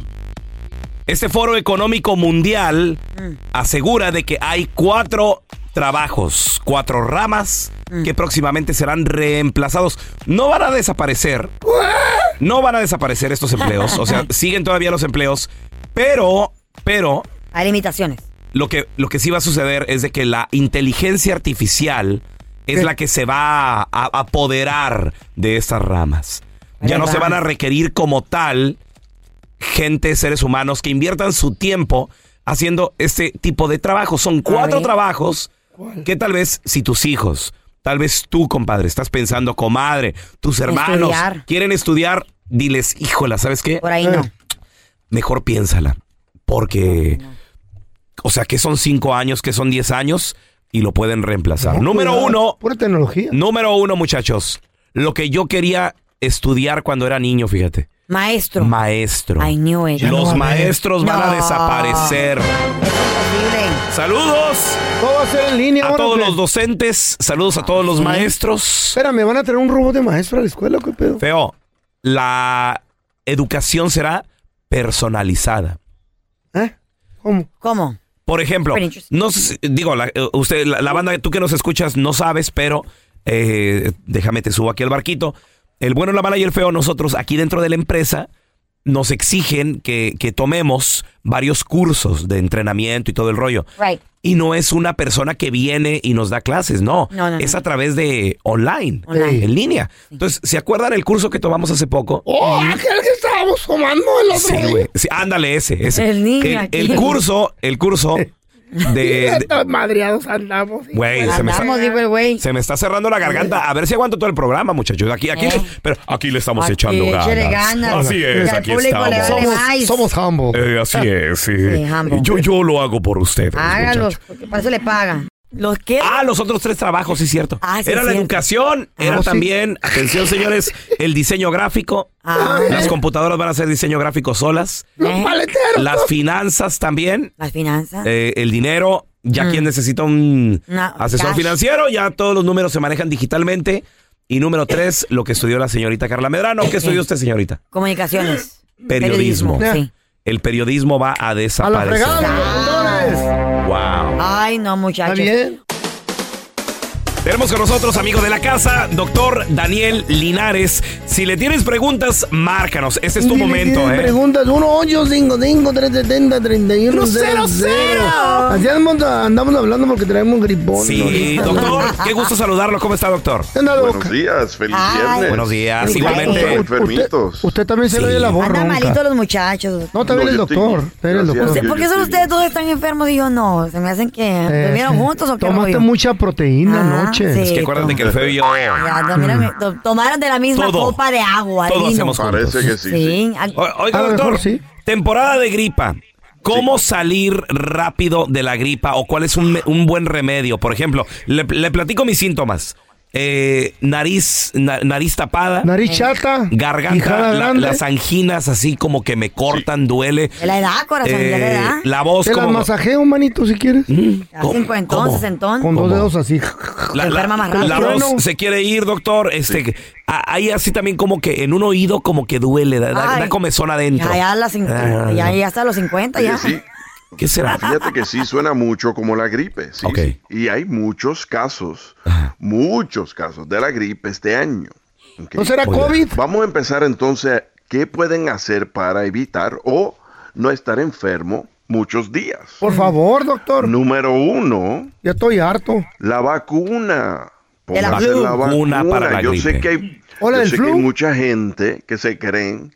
Este foro económico mundial asegura de que hay cuatro trabajos, cuatro ramas que próximamente serán reemplazados. No van a desaparecer. No van a desaparecer estos empleos. O sea, siguen todavía los empleos. Pero, pero, Hay limitaciones. lo que, lo que sí va a suceder es de que la inteligencia artificial es la que se va a, a apoderar de estas ramas. Ya no se van a requerir como tal gente, seres humanos, que inviertan su tiempo haciendo este tipo de trabajo. Son cuatro trabajos que tal vez si tus hijos, tal vez tú, compadre, estás pensando, comadre, tus hermanos Estudiar. quieren estudiar, diles, híjola, ¿sabes qué? Por ahí no. mejor piénsala. Porque, o sea, que son cinco años, que son diez años y lo pueden reemplazar. número Cuidado, uno, Pura tecnología. número uno, muchachos. Lo que yo quería estudiar cuando era niño, fíjate. Maestro. Maestro. I knew it. Los maestros van a desaparecer. Saludos. Todo va a ser en línea. A ahora, todos ¿o qué? los docentes, saludos a todos los maestros. Espérame, ¿van a traer un robot de maestro a la escuela o qué pedo? Feo, la educación será personalizada. ¿Cómo? ¿Cómo? Por ejemplo, no sé si- digo, la, eh, usted, la, la banda, tú que nos escuchas no sabes, pero eh, déjame te subo aquí al barquito. El bueno, la mala y el feo, nosotros aquí dentro de la empresa nos exigen que, que tomemos varios cursos de entrenamiento y todo el rollo. Right. Y no es una persona que viene y nos da clases, no. No, no, no. es a través de online, Online. en línea. Entonces, ¿se acuerdan el curso que tomamos hace poco? ¡Oh, aquel que estábamos fumando el otro Sí, día! güey. Sí, ándale, ese, ese. El niño El- aquí. el curso, *laughs* el curso de- de, Tan Madreados andamos. Güey, se me, está, se me está cerrando la garganta. A ver si aguanto todo el programa, muchachos. Aquí, aquí, Eh. pero aquí le estamos Aquí, echando échale ganas. ganas. Así Que es, al aquí público estamos. le vale más. Somos humble. Eh, así es. sí. humble. yo, yo lo hago por ustedes. Hágalo, muchachos. porque para eso le pagan. ¿Los qué? Ah, los otros tres trabajos, sí, cierto. Ah, sí, era la cierto. educación, Ah, era sí. también, atención señores, el diseño gráfico. Ah. Las computadoras van a hacer diseño gráfico solas. Los paleteros. Las finanzas también. ¿Eh? Las finanzas. eh, el dinero, Ah. ya Mm. quien necesita un No, asesor cash. financiero, ya todos los números se manejan digitalmente. Y número tres, lo que estudió la señorita Carla Medrano. ¿Qué estudió usted, señorita? Comunicaciones. Periodismo. Sí. El periodismo va a desaparecer. Wow. Ay, no, muchachos. Tenemos con nosotros, amigo de la casa, doctor Daniel Linares. Si le tienes preguntas, márcanos. Este es tu momento, ¿eh? Preguntas 1-855-370-3100. Así andamos, andamos hablando porque traemos gripón. Sí, ahorita. doctor, qué gusto saludarlo. ¿ómo está, doctor? Buenos días, feliz Ay. viernes. Buenos días, Feliz igualmente. viernes, Usted- enfermitos. Usted también se le oye la voz Andan ronca. malitos los muchachos. No, también el doctor. también el doctor. ¿Por qué son ustedes dos están enfermos? Digo, no, se me hacen que durmieron sí. juntos o qué Eh, Tomaste rollo? Ah, mucha proteína anoche. Es que acuérdate que el feo y yo. Mm. Ya, no, mira, me- to- tomaron de la misma Todo. copa de agua. Todo adivino. hacemos juntos. Parece que sí, Sí, sí. a- O- A Oiga, lo doctor, mejor sí. temporada de gripa. ¿Cómo salir rápido de la gripa o cuál es un, me- un buen remedio? Por ejemplo, le, le platico mis síntomas. Eh, nariz, na- nariz tapada. Eh, Nariz chata. Garganta, quijada la- grande. las anginas así como que me cortan, duele. Eh, De la edad, corazón, de la edad. La voz Te las como... masajeo, manito, si quieres. Mm. Ya cincuentón, sesentón. Con dos dedos así. La, la- enferma más la rápido. voz se quiere ir, doctor. Este, a- Ahí así también como que en un oído como que duele, da, da- Ay. da comezón adentro. Ya, ya, las cincu- Ah. ya, ya hasta los 50 ya. Oye, sí. ¿Qué será? Fíjate que sí suena mucho como la gripe. sí, sí. Y hay muchos casos, muchos casos de la gripe este año. Ok. ¿No será Oye. COVID? Vamos a empezar entonces, ¿qué pueden hacer para evitar o no estar enfermo muchos días? Por favor, doctor. Número uno, Ya estoy harto. la vacuna. De la Pónganse flu. la Vacuna vacuna. para la yo sé gripe. que, hay, Hola, yo ¿del sé que hay flu? mucha gente que se creen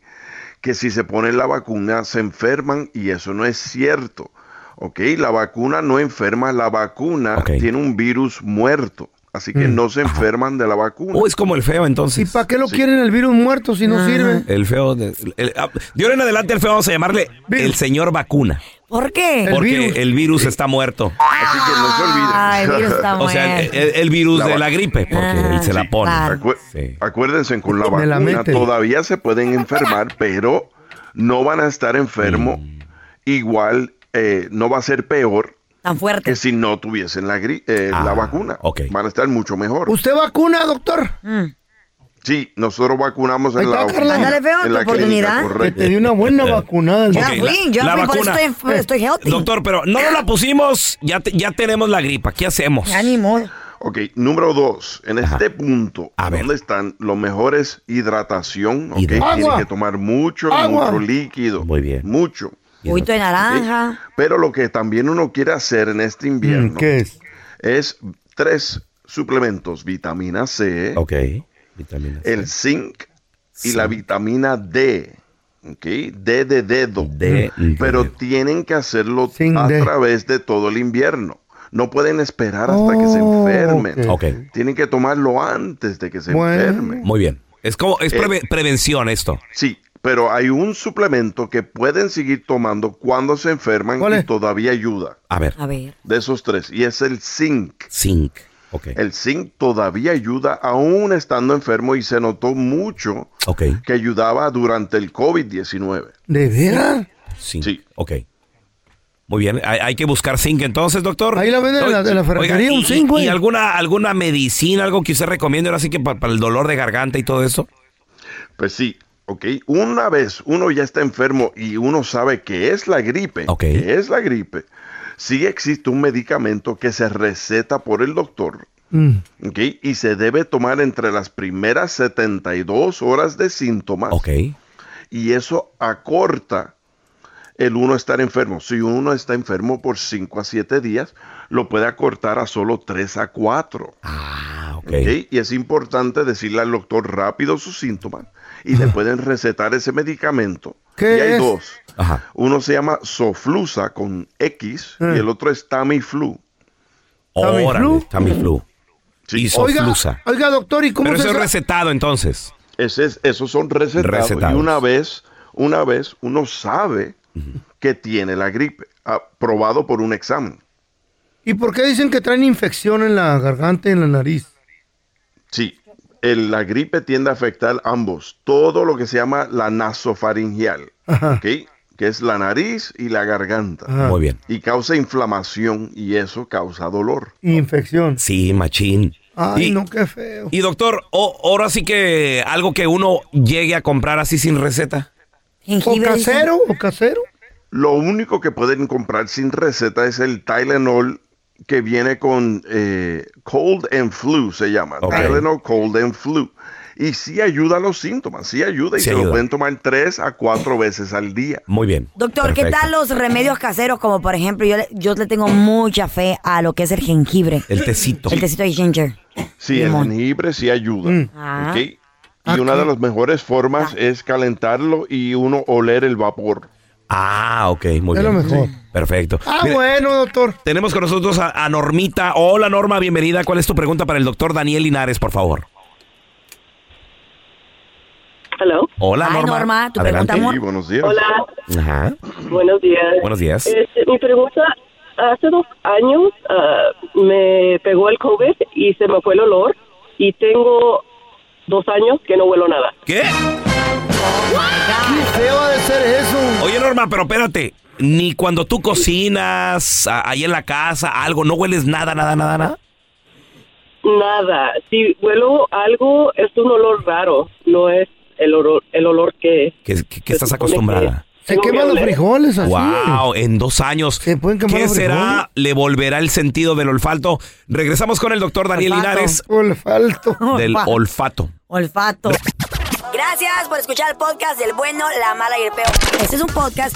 que si se ponen la vacuna se enferman y eso no es cierto. Ok, la vacuna no enferma, la vacuna tiene un virus muerto. Así Mm. que no se enferman de la vacuna. Oh, es como el feo entonces. ¿Y para qué lo quieren el virus muerto si no sirve? El feo. De, el- ah, de ahora en adelante, el feo vamos a llamarle el señor vacuna. ¿Por qué? porque el virus está muerto. Así que no se olviden. Ay, el virus está *laughs* O sea, eh, el, muerto. Ah, el- el virus La de la vacu- gripe, porque él se la pone. claro. Acu- Acuérdense, con la Me la vacuna meten. todavía se pueden enfermar, *laughs* pero no van a estar enfermos. Igual, eh, no va a ser peor Tan fuerte. que si no tuviesen la, gri- eh, Ah, la vacuna. Van a estar mucho mejor. ¿Usted vacuna, doctor? Mm. Sí, nosotros vacunamos Ahí en la, está, Carla. oficina, en la clínica, Que correcto. te di una *laughs* buena vacunada. Ya Ok, fui, yo la fui, por vacuna. Eh, eso estoy, estoy healthy. Doctor, pero no nos la pusimos, ya, te- ya tenemos la gripa. ¿Qué hacemos? Ánimo. Ok, número dos, en este punto, ¿dónde están los mejores hidratación? ok? Hidratación. Tienen Agua. que tomar mucho, Agua. mucho líquido. Muy bien. Mucho. Juguito de naranja. Pero lo que también uno quiere hacer en este Mm, invierno es? tres suplementos, vitamina C, el zinc y la vitamina D. ¿ok? D de dedo. Pero tienen que hacerlo a D. través de todo el invierno. No pueden esperar hasta que se Oh, enfermen. ok. Tienen que tomarlo antes de que se Bueno. enfermen. Eh, Muy bien. Es como, es preve- prevención esto. Sí, pero hay un suplemento que pueden seguir tomando cuando se enferman y todavía ayuda. A ver. A ver. De esos tres. Y es el zinc. Zinc. El zinc todavía ayuda aún estando enfermo y se notó mucho que ayudaba durante el COVID-19. ¿De veras? Zinc. Ok. Muy bien, hay, hay que buscar zinc entonces, doctor. Ahí la venden en la- en la ferretería, y- un zinc, y- güey. ¿Y alguna, alguna medicina, algo que usted recomiende ahora sí que pa- para, el dolor de garganta y todo eso? Pues sí, ok. Una vez uno ya está enfermo y uno sabe que es la gripe, que es la gripe, sí existe un medicamento que se receta por el doctor ¿ok? y se debe tomar entre las primeras 72 horas de síntomas. Y eso acorta el uno estar enfermo. Si uno está enfermo por 5 a 7 días, lo puede acortar a solo 3 a 4. ¿ok? Y es importante decirle al doctor rápido sus síntomas y le pueden recetar ese medicamento. ¿Qué y hay es? dos. Uno se llama Soflusa con X y el otro es Tamiflu. Mm. ¿Tamiflu? Órale, Tamiflu. Sí. Y Soflusa. Oiga, doctor, ¿y cómo Pero se eso es sa- recetado entonces. Ese es- esos son recetados. Recetados. Y una vez, una vez uno sabe que tiene la gripe, ah, probado por un examen. ¿Y por qué dicen que traen infección en la garganta y en la nariz? Sí, el- la gripe tiende a afectar ambos, todo lo que se llama la nasofaringial, Ajá. ¿ok? que es la nariz y la garganta. Ajá. Muy bien. Y causa inflamación y eso causa dolor. Infección. Sí, machín. Ay, Y- no, qué feo. Y doctor, o- ahora sí que algo que uno llegue a comprar así sin receta. ¿O casero? ¿O casero? Lo único que pueden comprar sin receta es el Tylenol que viene con eh, cold and flu, se llama. Tylenol cold and flu. Y sí ayuda a los síntomas, sí ayuda y Sí se ayuda. lo pueden tomar tres a cuatro veces al día. Muy bien. Doctor, ¿qué tal los remedios caseros? Como por ejemplo, yo le, yo le tengo mucha fe a lo que es el jengibre. El tecito. El tecito de ginger. Sí, el jengibre sí ayuda. Ah. Mm. ¿ok? Y una de las mejores formas es calentarlo y uno oler el vapor. Ah, ok, muy Es bien. lo mejor. Perfecto. Ah, Mira, bueno, doctor. Tenemos con nosotros a, a Normita. Hola Norma, bienvenida. ¿Cuál es tu pregunta para el doctor Daniel Linares, por favor? Hello. Hola Ay, Norma. Norma, tu Adelante. pregunta, amor. Sí, buenos días. Hola, Ajá. buenos días. Buenos días. Este, mi pregunta, hace dos años ah, me pegó el COVID y se me fue el olor y tengo dos años que no huelo nada. ¿Qué? ¡Qué feo ha de ser eso! Oye Norma, pero espérate. Ni cuando tú cocinas, a- ahí en la casa, algo, no hueles nada, nada, nada, nada. Nada. Si huelo algo, es un olor raro, no es el olor, el olor que... Que, que- que estás acostumbrada. Se queman los frijoles así. Wow, en dos años. quemar ¿Qué los frijoles? será? ¿Le volverá el sentido del olfato? Regresamos con el doctor Daniel Olfato. Linares Pues, Olfato. del olfato. Olfato. Gracias por escuchar el podcast del bueno, la mala y el peor. Este es un podcast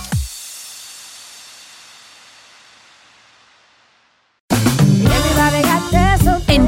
En